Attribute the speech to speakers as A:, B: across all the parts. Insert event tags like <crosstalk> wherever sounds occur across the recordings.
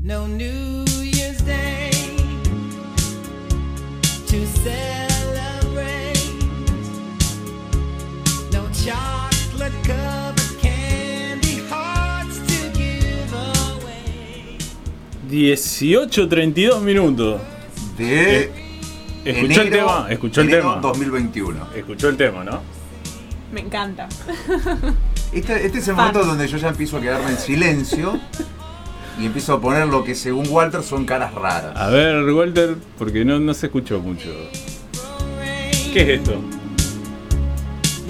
A: no New Year's Day to celebrate, no chocolate covered candy hearts to give away.
B: 18.32 minutos.
C: de
B: Escuchó Eh, el
C: enero-
B: tema, escuchó el
C: enero
B: tema.
C: 2021.
B: Escuchó el tema, ¿no?
D: Me encanta.
C: Este, este es el momento
D: Fan.
C: donde yo ya empiezo a quedarme en silencio y empiezo a poner lo que según Walter son caras raras.
B: A ver, Walter, porque no, no se escuchó mucho. ¿Qué es esto?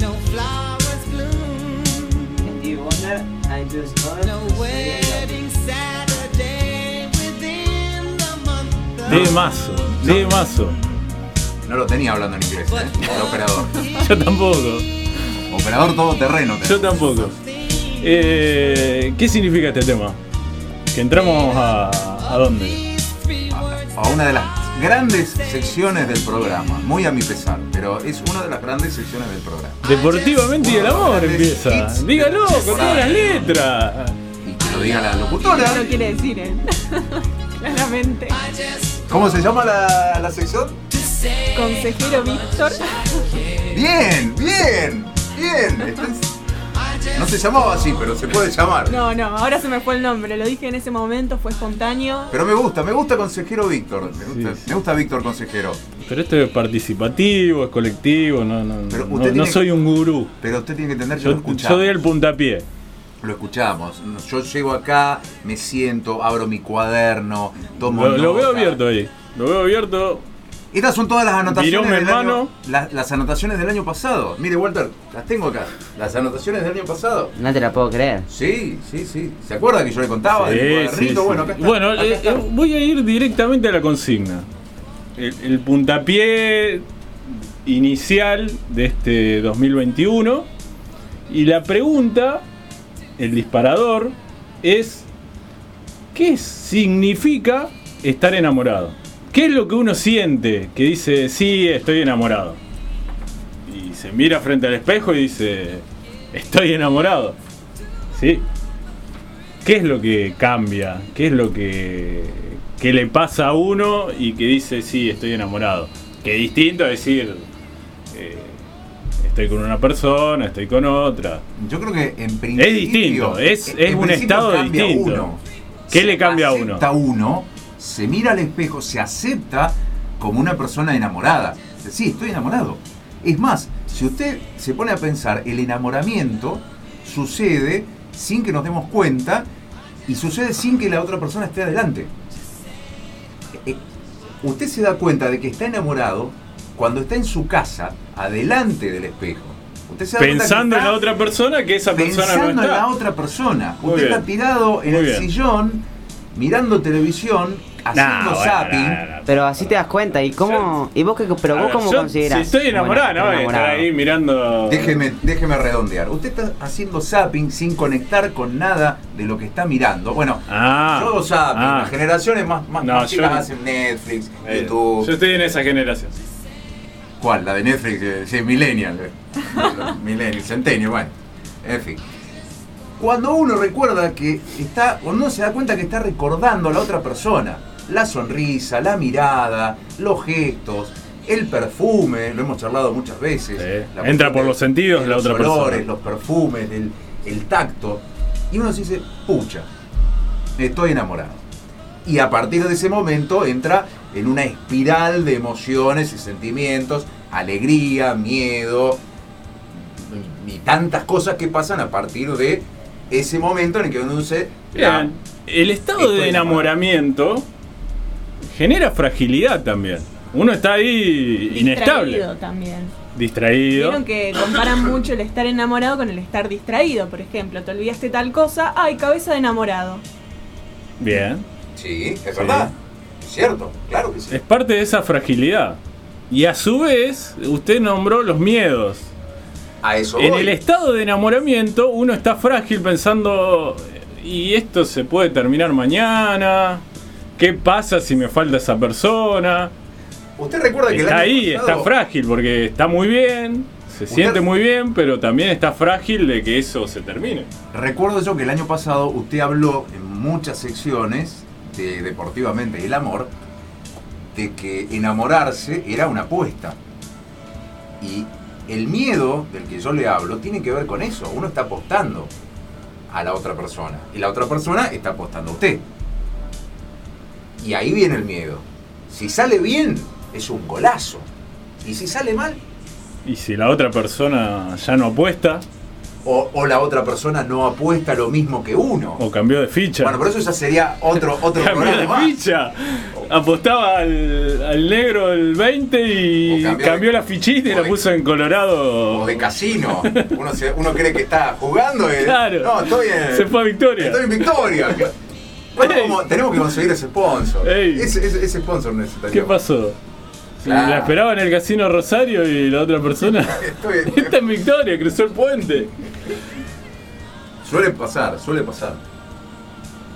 A: No flowers bloom,
E: And you wonder, I just want
A: no
E: to say I love you.
A: wedding Saturday within the month of
B: De mazo, de mazo.
C: No lo tenía hablando en inglés, ¿eh? el operador.
B: Yo tampoco,
C: Operador todoterreno. te-
B: yo tampoco. Eh, ¿Qué significa este tema? Que entramos a. ¿A dónde?
C: A una de las grandes secciones del programa, muy a mi pesar, pero es una de las grandes secciones del programa.
B: Deportivamente y el amor empieza. Dígalo con todas las letras.
C: Y que lo diga la locutora.
D: <laughs> No quiere decir él. Claramente.
C: ¿Cómo se llama la, la sección?
D: Consejero Víctor.
C: Bien, bien, bien. Estás- No se llamaba así, pero se puede llamar.
D: No, no, ahora se me fue el nombre. Lo dije en ese momento, fue espontáneo.
C: Pero me gusta, me gusta Consejero Víctor. Me gusta,
B: Sí.
C: me gusta Víctor Consejero.
B: Pero esto es participativo, es colectivo, no, no,
C: Pero
B: no,
C: usted
B: no
C: tiene-
B: soy un gurú.
C: Pero usted tiene que entender, yo, lo
B: Yo,
C: escuchaba.
B: yo doy el puntapié.
C: Lo escuchamos. Yo llego acá, me siento, abro mi cuaderno, tomo
B: Lo, lo veo
C: nota.
B: abierto ahí. Lo veo abierto.
C: Estas son todas las anotaciones
B: Virome
C: del
B: en mano.
C: año, las, las anotaciones del año pasado. Mire, Walter, las tengo acá. Las anotaciones del año pasado.
E: No te la puedo creer.
C: Sí, sí, sí. ¿Se acuerda que yo le contaba del
B: Sí,
C: cuadernito?
B: sí, sí.
C: Bueno, acá está.
B: Bueno,
C: Acá
B: eh,
C: está.
B: eh, voy a ir directamente a la consigna. El, el puntapié inicial de este 2021. Y la pregunta, el disparador, es: ¿qué significa estar enamorado? ¿Qué es lo que uno siente que dice, sí, estoy enamorado? Y se mira frente al espejo y dice, estoy enamorado. ¿Sí? ¿Qué es lo que cambia? ¿Qué es lo que, que le pasa a uno y que dice, sí, estoy enamorado? Que distinto a decir, eh, estoy con una persona, estoy con otra.
C: Yo creo que en principio.
B: distinto, es-
C: en-
B: es
C: en
B: un
C: principio
B: estado
C: cambia
B: distinto.
C: uno.
B: ¿Qué
C: Se
B: le cambia a uno?
C: acepta uno, se mira al espejo, se acepta como una persona enamorada. Dice, Sí, estoy enamorado. Es más, si usted se pone a pensar, el enamoramiento sucede sin que nos demos cuenta y sucede sin que la otra persona esté adelante. Eh, Usted se da cuenta de que está enamorado cuando está en su casa, adelante del espejo. Usted se da cuenta que
B: Pensando en
C: está
B: la otra persona, que esa persona no
C: pensando en la
B: está.
C: otra persona.
B: Muy
C: Usted
B: bien.
C: está tirado en
B: Muy
C: el
B: bien.
C: sillón, mirando televisión, haciendo
B: Nah, bueno,
C: zapping.
B: nah, nah, nah.
E: Pero así te das cuenta. ¿Y cómo? ¿Y vos qué? Pero
B: A
E: vos
B: ver,
E: cómo
B: yo,
E: considerás?
B: Si estoy enamorado,
E: Bueno,
B: no voy a estar
E: enamorado.
B: ahí mirando.
C: Déjeme, déjeme redondear. Usted está haciendo zapping sin conectar con nada de lo que está mirando. Bueno,
B: Ah,
C: yo hago zapping.
B: ah.
C: Las generaciones más, más,
B: No,
C: más
B: yo-
C: chicas hacen Netflix,
B: Eh,
C: YouTube.
B: Yo estoy en esa generación.
C: ¿Cuál? La de Netflix, eh, sí, Millennial.
B: <laughs>
C: eh. Millennial, Centennial, bueno. En fin. Cuando uno recuerda que está, o no se da cuenta que está recordando a la otra persona, la sonrisa, la mirada, los gestos, el perfume, lo hemos charlado muchas veces.
B: Sí.
C: la
B: Entra
C: cuestión
B: por
C: de-
B: los sentidos
C: de
B: la
C: los
B: otra
C: olores,
B: persona.
C: Los perfumes, el, el tacto. Y uno se dice, pucha, estoy enamorado. Y a partir de ese momento entra en una espiral de emociones y sentimientos, alegría, miedo y tantas cosas que pasan a partir de ese momento en el que uno dice, "Ah,
B: Bien, el estado
C: Estoy
B: de enamoramiento genera fragilidad también. Uno está ahí inestable,
D: Distraído también.
B: distraído.
D: Vieron que comparan mucho el estar enamorado con el estar distraído. Por ejemplo, te olvidaste tal cosa, ay, cabeza de enamorado.
B: Bien,
C: sí, es verdad, es cierto, claro que sí.
B: es parte de esa fragilidad. Y a su vez, usted nombró los miedos.
C: A eso
B: En
C: voy.
B: el estado de enamoramiento, uno está frágil pensando, y esto se puede terminar mañana, ¿qué pasa si me falta esa persona?
C: Usted recuerda que el
B: Está
C: año
B: ahí,
C: pasado-
B: está frágil porque está muy bien, se
C: Usted-
B: siente muy bien, pero también está frágil de que eso se termine.
C: Recuerdo yo que el año pasado usted habló en muchas secciones este, deportivamente el amor, de que enamorarse era una apuesta. Y el miedo del que yo le hablo tiene que ver con eso. Uno está apostando a la otra persona y la otra persona está apostando a usted. Y ahí viene el miedo. Si sale bien, es un golazo. Y si sale mal,
B: Y si la otra persona ya no apuesta
C: o, o la otra persona no apuesta lo mismo que uno.
B: o cambió de ficha.
C: Bueno, pero eso ya sería otro,
B: <laughs>
C: otro
B: cambió
C: programa
B: de
C: más.
B: ficha. Apostaba al, al negro el 20 y
C: O cambió de-
B: cambió, la fichita y
C: o
B: la
C: de-
B: puso en Colorado.
C: O de casino. Uno, se- uno cree que está jugando y.
B: Claro.
C: No, estoy en.
B: Se fue a Victoria.
C: Estoy en Victoria.
B: <laughs>
C: Bueno, como- tenemos que conseguir ese sponsor.
B: Ey.
C: Ese, ese- ese sponsor necesitamos.
B: ¿Qué pasó?
C: Claro.
B: La esperaba en el casino Rosario y la otra persona. <laughs>
C: Estoy-
B: Está en Victoria, cruzó el puente.
C: suele pasar, suele pasar.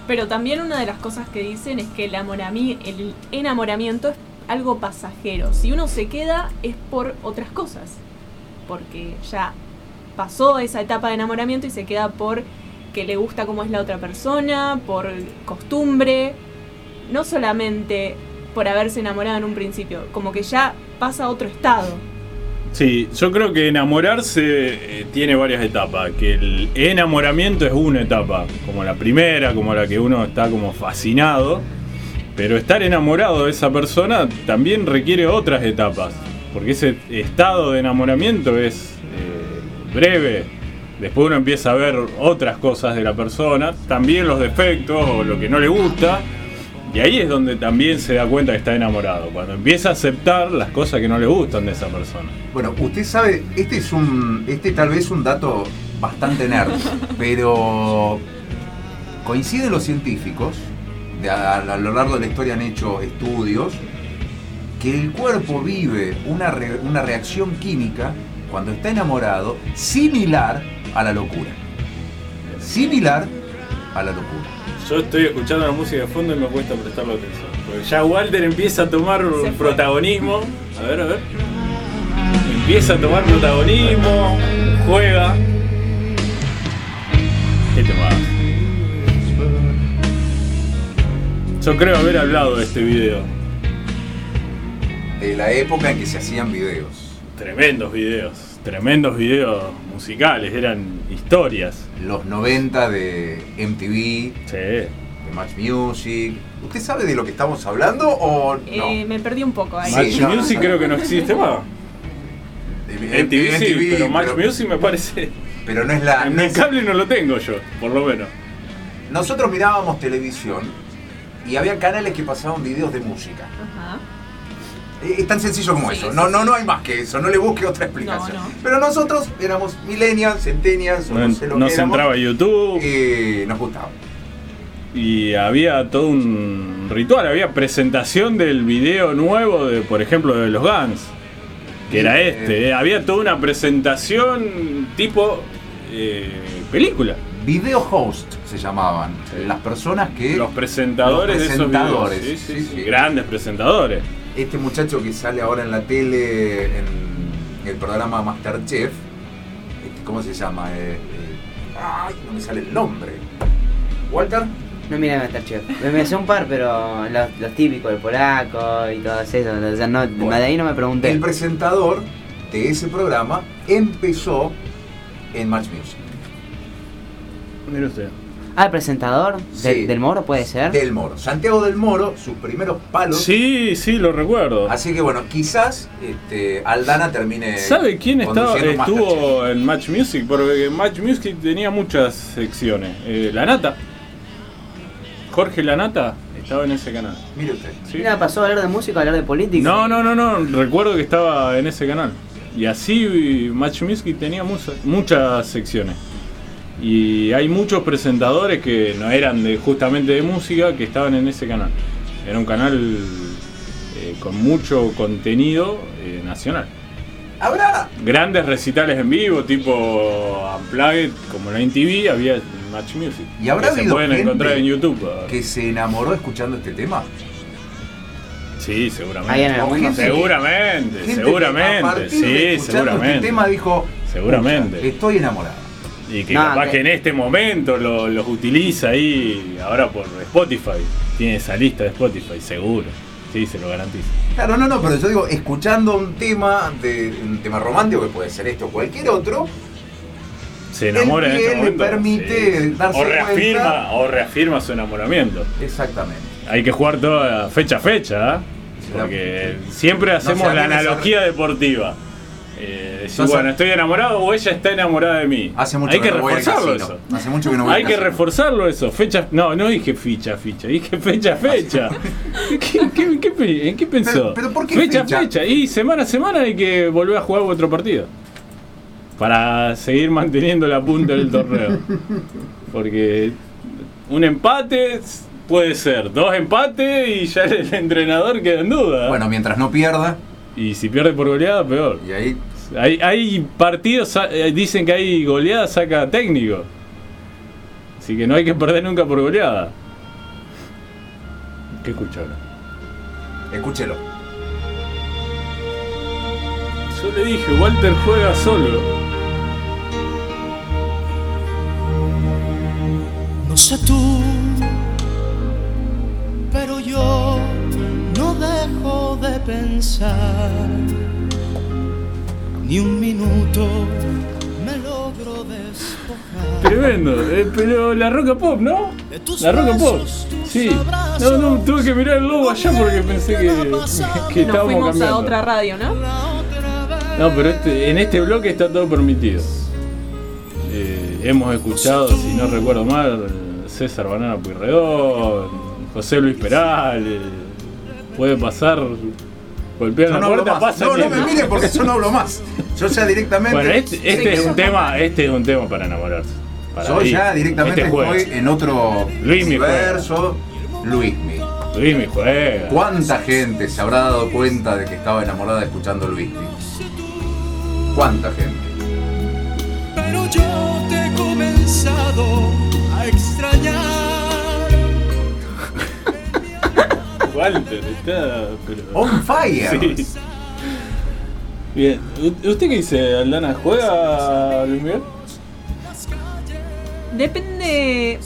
D: Pero también una de las cosas que dicen es que el, amorami- el enamoramiento es algo pasajero. Si uno se queda es por otras cosas. Porque ya pasó esa etapa de enamoramiento y se queda por que le gusta cómo es la otra persona, por costumbre, no solamente por haberse enamorado en un principio, como que ya pasa a otro estado.
B: Sí, yo creo que enamorarse eh, tiene varias etapas, que el enamoramiento es una etapa, como la primera, como la que uno está como fascinado, pero estar enamorado de esa persona también requiere otras etapas, porque ese estado de enamoramiento es eh, breve, después uno empieza a ver otras cosas de la persona, también los defectos o lo que no le gusta, y ahí es donde también se da cuenta que está enamorado, cuando empieza a aceptar las cosas que no le gustan de esa persona.
C: Bueno, usted sabe, este es un. Este tal vez un dato bastante nerd, pero coinciden los científicos, de a, a lo largo de la historia han hecho estudios, que el cuerpo vive una, re- una reacción química cuando está enamorado similar a la locura. Similar a la locura.
B: Yo estoy escuchando la música de fondo y me cuesta prestarle atención. Porque ya Walter empieza a tomar
D: fue.
B: protagonismo. A ver, a ver. Empieza a tomar protagonismo, juega. ¿Qué te pasa? Yo creo haber hablado de este video.
C: De la época en que se hacían videos.
B: Tremendos videos. Tremendos videos musicales. Eran historias.
C: Los 90 de MTV,
B: Sí.
C: de Match Music. ¿Usted sabe de lo que estamos hablando o no?
D: Eh, me perdí un poco ahí.
B: Match
C: Sí, no,
B: Music
C: no.
B: creo que no existe más.
C: Eh,
B: MTV, sí, pero Match
C: pero-
B: Music me parece.
C: pero no es la.
B: En
C: no
B: el
C: es-
B: cable no lo tengo yo, por lo menos.
C: Nosotros mirábamos televisión y había canales que pasaban videos de música.
D: Ajá.
C: Eh, Es tan sencillo como
D: Sí,
C: eso.
D: sí,
C: No, no, no hay más que eso. No le busque otra explicación.
D: No, no.
C: Pero nosotros éramos millennials, centenias, o
B: No,
C: no, sé lo
B: no
C: que
B: se
C: éramos,
B: entraba a YouTube
C: eh, nos gustaba.
B: y había todo un ritual, había presentación del video nuevo de, por ejemplo, de los Guns, que era
C: Eh,
B: este, eh. había toda una presentación tipo eh, película.
C: Video host se llamaban.
B: Sí.
C: Las personas que.
B: Los presentadores,
C: los presentadores,
B: de esos videos. Sí, sí,
C: sí,
B: sí,
C: sí.
B: Grandes presentadores.
C: Este muchacho que sale ahora en la tele en el programa Masterchef, este, ¿cómo se llama? Eh, eh, ay, no me sale el nombre. ¿Walter?
E: No mira Masterchef. Me, me sé un par, pero los, los típicos, el polaco y todo eso. O sea, no,
C: Bueno.
E: de ahí no me pregunté.
C: El presentador de ese programa empezó en Match Music.
B: Mire usted.
E: Ah, el presentador de-
C: Sí.
E: del Moro puede ser.
C: Del Moro. Santiago del Moro, sus primeros palos.
B: Sí, sí, lo recuerdo.
C: Así que bueno, quizás este, Aldana termine.
B: ¿Sabe quién estaba,
C: conduciendo Masterchef.
B: estuvo en Match Music? Porque Match Music tenía muchas secciones. Eh, la Nata. Jorge La Nata estaba en ese canal.
C: Mire usted.
B: ¿sí?
E: Mira, pasó a hablar de música, a hablar de política.
B: No, no, no, no. Recuerdo que estaba en ese canal. Y así Match Music tenía musa- muchas secciones. Y hay muchos presentadores que no eran de, justamente de música que estaban en ese canal. Era un canal eh, con mucho contenido eh, nacional.
C: ¿Habrá
B: grandes recitales en vivo, tipo Unplugged, como la MTV, había Match Music.
C: ¿Y habrá
B: que se
C: habido
B: pueden
C: gente
B: encontrar en YouTube. ah.
C: que se enamoró escuchando este tema?
B: Sí,
E: Ahí en
B: seguramente.
E: el
C: O
E: mundo.
C: gente-
E: sí.
B: Seguramente,
C: Gente que a
B: Este, seguramente,
C: partir de
B: sí,
C: escuchar
B: seguramente.
C: Este tema dijo,
B: Seguramente.
C: "Pucha, Estoy enamorado.
B: Y que
E: No,
B: capaz
E: que-
B: que en este momento lo- los utiliza ahí ahora por Spotify. tiene esa lista de Spotify, seguro. Sí, se lo garantizo.
C: Claro, no, no, pero yo digo, escuchando un tema de un tema romántico, que puede ser esto o cualquier otro,
B: Se enamora
C: El
B: en este
C: piel le
B: momento.
C: permite darse
B: o reafirma,
C: cuenta.
B: o reafirma su enamoramiento.
C: exactamente.
B: Hay que jugar toda fecha a fecha, ¿ah? porque siempre hacemos
C: No, o sea,
B: la
C: a mí me
B: analogía deportiva. Eh, decir,
C: No, o sea,
B: bueno, estoy enamorado o ella está enamorada de mí.
C: Hace mucho
B: Hay que
C: no voy al
B: reforzarlo
C: casino.
B: eso.
C: Hace mucho que no voy
B: Hay
C: al
B: que
C: casino.
B: reforzarlo eso, fecha. No, no dije ficha, ficha, dije fecha,
C: <laughs>
B: fecha. ¿Qué, qué- qué pe- en qué pensó?
C: Pero- pero ¿por qué
B: fecha,
C: fecha?
B: fecha, Y semana a semana hay que volver a jugar otro partido. Para seguir manteniendo la punta del torneo. Porque un empate puede ser, dos empates y ya el entrenador queda en duda.
C: Bueno, mientras no pierda,
B: Y si pierde por goleada, peor.
C: y ahí
B: Hay, hay partidos, eh, dicen que hay goleada, saca técnico. Así que no hay que perder nunca por goleada. ¿Qué escucharon?
C: escúchelo.
B: Yo le dije, Walter juega solo.
A: No sé tú, pero yo no dejo de pensar. Ni un minuto me logro despojar.
B: Tremendo. eh, pero la roca pop, ¿no?
A: De tus
B: La roca pop.
A: besos, tus
B: Sí. No,
A: abrazos.
B: no, tuve que mirar el lobo allá porque pensé que, que
D: Nos
B: estábamos
D: fuimos
B: cambiando.
D: a otra radio, ¿no?
B: No, pero este- en este bloque está todo permitido. Eh, hemos escuchado, si no recuerdo mal, César Banana Puyredón, José Luis Peral. eh, puede pasar, golpear
C: Yo
B: la
C: no hablo
B: puerta,
C: más.
B: pasa.
C: No, no
B: que-
C: me mire porque yo no hablo más. Yo ya directamente.
B: bueno, este, este es un tema, este es un tema para enamorarse. Para
C: yo
B: ir.
C: ya directamente
B: Este
C: estoy eh,
B: jueves.
C: en otro
B: Luismi
C: universo. Luismi.
B: Luismi juega.
C: ¿Cuánta gente se habrá dado cuenta de que estaba enamorada escuchando Luismi? ¿Cuánta gente?
A: Pero yo te he comenzado a extrañar.
B: Walter está. pero-
C: On fire.
B: Sí. Bien, ¿U- ¿usted qué dice, Aldana? ¿Juega Luis Miguel?
D: Depende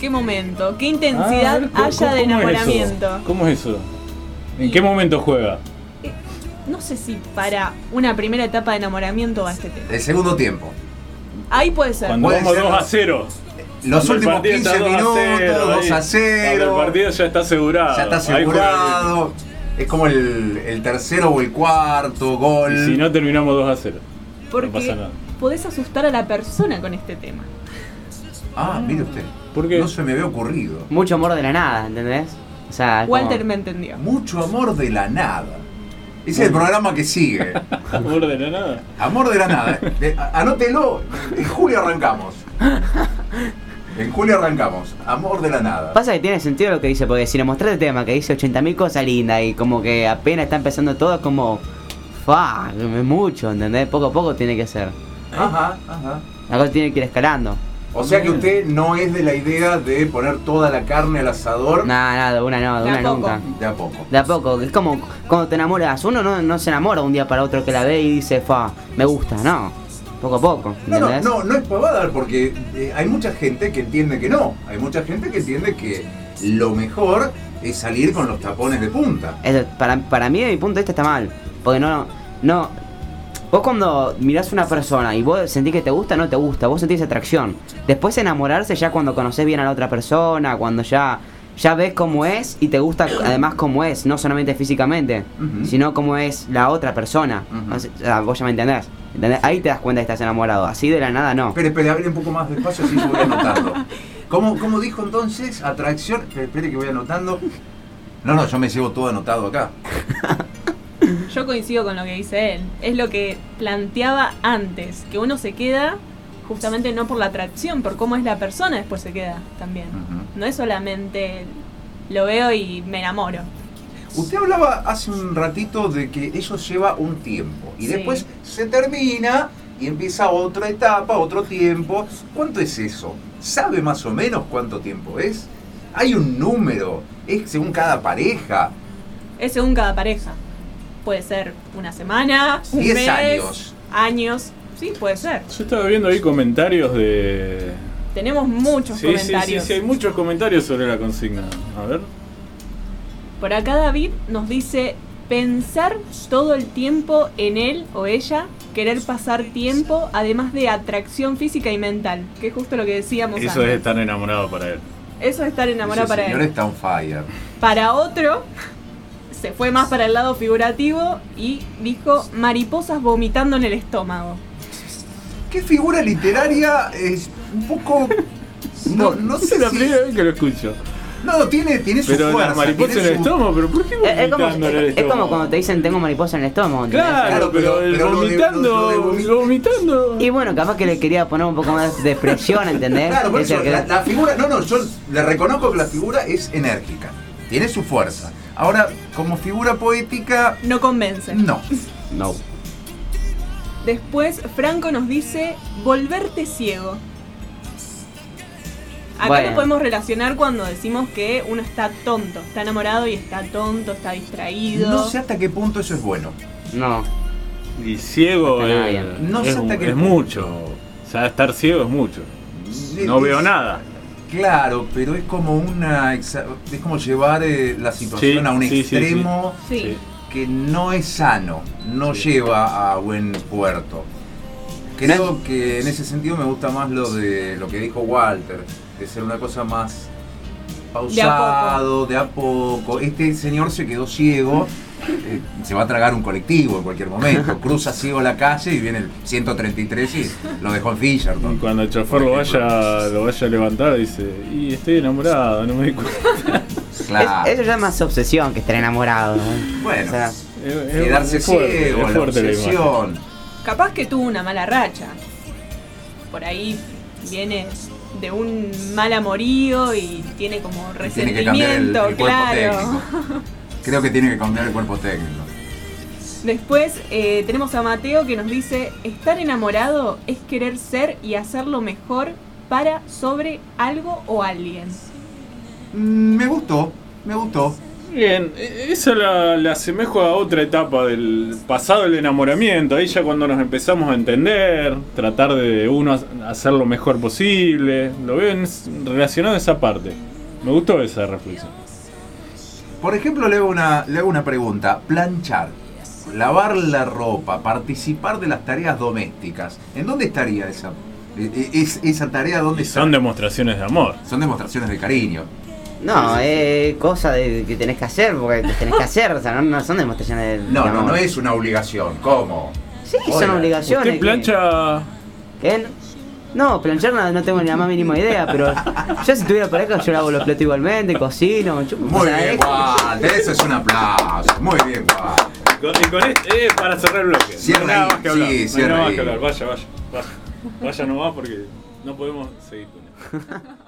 D: qué momento, qué
B: Ah, a
D: intensidad
B: ver, ¿cómo-
D: haya de
B: cómo es eso?
D: enamoramiento.
B: ¿Cómo es eso? ¿En qué momento juega?
D: No sé si para una primera etapa de enamoramiento va este tema.
C: El segundo tiempo.
D: Ahí puede ser.
B: Cuando
C: Puede
B: vamos
C: ser,
B: 2
C: ¿no?
B: a 0.
C: Los
B: Cuando el
C: últimos
B: partido está
C: 15 minutos, 2 a
B: ahí. Cuando el
C: 0.
B: partido ya está asegurado.
C: Ya está
B: Ahí juega
C: asegurado. Es como el, el tercero o el cuarto
B: el-
C: gol.
B: y si no terminamos 2 a
C: <laughs>
B: 0.
D: Porque
B: No pasa nada.
D: podés asustar a la persona con este tema.
C: Ah, mire usted.
B: ¿Por qué?
C: No se me había ocurrido.
E: Mucho amor de la nada, ¿entendés? O
B: Ah,
E: sea, como-
D: Walter me entendió.
C: Mucho amor de la nada. Ese es el programa que sigue.
B: <laughs> Amor de la nada.
C: Amor de la nada. eh. De- a- anótelo. En julio arrancamos. En julio arrancamos. Amor de la nada.
E: Pasa que tiene sentido lo que dice, porque si le mostrás el tema que dice 80.000 cosas lindas y como que apenas está empezando todo, es como. Fuck, es mucho, ¿entendés? Poco a poco tiene que ser.
C: Ajá, ajá.
E: La cosa tiene que ir escalando.
C: O sea que usted no es de la idea de poner toda la carne al asador
E: Nada, nada, de una no,
D: De
E: de
D: a
E: una
D: poco.
E: nunca.
C: de a poco.
E: De a poco, es como cuando te enamoras, uno no, no se enamora un día para otro que la ve y dice, fa, me gusta, no. Poco a poco,
C: No, no,
E: ¿entendés?
C: no, no es pavada, porque eh, hay mucha gente que entiende que no. Hay mucha gente que entiende que lo mejor es salir con los tapones de punta.
E: Eso, para, para mí, de mi punto de vista, está mal. Porque no, no. Vos cuando mirás a una persona y vos sentís que te gusta, no te gusta, vos sentís atracción. Después enamorarse ya cuando conocés bien a la otra persona, cuando ya, ya ves cómo es y te gusta además cómo es, no solamente físicamente,
C: Ujú.
E: sino cómo es la otra persona.
C: Ujú.
E: O sea, vos ya me entendés. ¿entendés? Ahí te das cuenta que estás enamorado, así de la nada no.
C: Espere, espere, hable un poco más despacio así yo voy anotando. ¿Cómo, cómo dijo entonces? Atracción. Espere, espere que voy anotando. No, no, yo me llevo todo anotado acá.
D: Yo coincido con lo que dice él. Es lo que planteaba antes, que uno se queda justamente no por la atracción, por cómo es la persona después se queda también.
C: Ujú.
D: No es solamente lo veo y me enamoro.
C: Usted hablaba hace un ratito de que eso lleva un tiempo y
D: Sí.
C: después se termina y empieza otra etapa, otro tiempo. ¿Cuánto es eso? ¿Sabe más o menos cuánto tiempo es? Hay un número, es según cada pareja.
D: Es según cada pareja. Puede ser una semana, un
C: Diez
D: mes,
C: años.
D: años. Sí, puede ser.
B: Yo estaba viendo ahí comentarios de,
D: Tenemos muchos
B: Sí, sí, sí,
D: comentarios.
B: sí, hay muchos comentarios sobre la consigna. A ver.
D: Por acá David nos dice pensar todo el tiempo en él o ella, querer pasar tiempo, además de atracción física y mental, que es justo lo que decíamos
B: Eso es
D: antes.
B: estar enamorado para él.
D: Eso es estar enamorado
C: Ese
D: para
C: señor
D: él.
C: está on fire.
D: Para otro, se fue más para el lado figurativo y dijo mariposas vomitando en el estómago.
C: ¿Qué figura literaria es un
B: <laughs>
C: poco... No, no
B: es
C: sé
B: la
C: si-
B: primera vez que lo escucho.
C: No, tiene, tiene su
B: Pero
C: fuerza.
B: la mariposa en
C: tiene
B: el
C: su-
B: estómago, pero ¿por qué
E: Es, es como,
B: vomitando en el
E: es- es
B: estómago?
E: como cuando te dicen tengo mariposa en el estómago. ¿entendés?
B: Claro,
C: Claro,
B: pero,
C: pero-
B: el
C: pero lo de-
B: vomitando,
C: lo de vomit-
B: lo vomitando.
E: Y bueno, capaz que le quería poner un poco más de presión, ¿entendés?
C: Claro, por
E: Ese
C: eso,
E: que-
C: la, la figura, no, no, yo le reconozco que la figura es enérgica, tiene su fuerza. Ahora, como figura poética,
D: No convence.
C: no.
E: No.
D: Después Franco nos dice volverte ciego. Acá
E: Bueno.
D: lo podemos relacionar cuando decimos que uno está tonto, está enamorado y está tonto, está distraído.
C: No sé hasta qué punto eso es bueno.
E: No.
B: Y ciego
E: No está nada
B: es,
E: bien.
C: No sé
B: es,
C: hasta qué
B: es
C: punto.
B: mucho. O sea, estar ciego es mucho. No veo
C: Es-
B: nada.
C: Claro, pero es como una exa- es como llevar eh, la situación
B: Sí,
C: a un
B: sí, sí, sí.
C: extremo
D: Sí.
C: que no es sano, no
B: Sí.
C: lleva a buen puerto. Creo que en ese sentido me gusta más lo de lo que dijo Walter, de ser una cosa más pausado, de a poco. Este señor se quedó ciego, eh, se va a tragar un colectivo en cualquier
B: <laughs>
C: momento, cruza ciego la calle y viene el 133 y lo dejó en
B: Y
C: Fisherton.
B: cuando el chofer lo
C: Por ejemplo.
B: vaya, lo vaya a levantar, dice, y estoy enamorado, no me di cuenta.
C: Claro.
E: Es- eso ya es más obsesión que estar enamorado. ¿no?
C: Bueno.
E: O sea,
B: Es- es
C: Quedarse
B: fuerte,
C: ciego,
B: es
C: la
B: fuerte la imagen.
C: obsesión.
D: Capaz que tuvo una mala racha. Por ahí viene de un mal amorío y tiene como
C: Y Tiene que cambiar el,
D: resentimiento,
C: el cuerpo
D: claro.
C: técnico. Creo que tiene que cambiar el cuerpo técnico.
D: Después eh, tenemos a Mateo que nos dice, estar enamorado es querer ser y hacer lo mejor para, sobre algo o alguien.
C: Mm, Me gustó, me gustó.
B: Bien, e- eso la, la asemejo a otra etapa del pasado el enamoramiento, ahí ya cuando nos empezamos a entender, tratar de uno ha- hacer lo mejor posible, lo veo en- relacionado a esa parte. Me gustó esa reflexión.
C: Por ejemplo, le hago, una, le hago una pregunta. Planchar, lavar la ropa, participar de las tareas domésticas. ¿En dónde estaría esa, e- e- es- esa tarea? ¿Dónde
B: Y son
C: está?
B: demostraciones de amor.
C: Son demostraciones de cariño.
E: no, es cosa de, que tenés que hacer, porque que tenés que hacer, o sea, no, no son demostraciones de
C: No, no,
E: amor.
C: no es una obligación. ¿Cómo?
E: Sí, son
C: Oiga,
E: obligaciones.
B: ¿Usted
E: que-
B: plancha
E: que no- No, planchar no, no tengo ni la más mínima idea, pero yo si tuviera pareja yo lavo los platos igualmente, cocino, yo- o
C: Muy
E: sea,
C: bien,
E: es-
C: Juan. Eso es un aplauso. Muy bien, Juan.
B: y con, y con este- eh, para cerrar el bloque?
C: Cierra
B: no hay nada
C: ahí,
B: más que hablar. no
C: sí,
B: hay
C: cierra
B: nada más
C: ahí.
B: que hablar. Vaya, vaya, vaya. Vaya no va porque no podemos seguir con esto.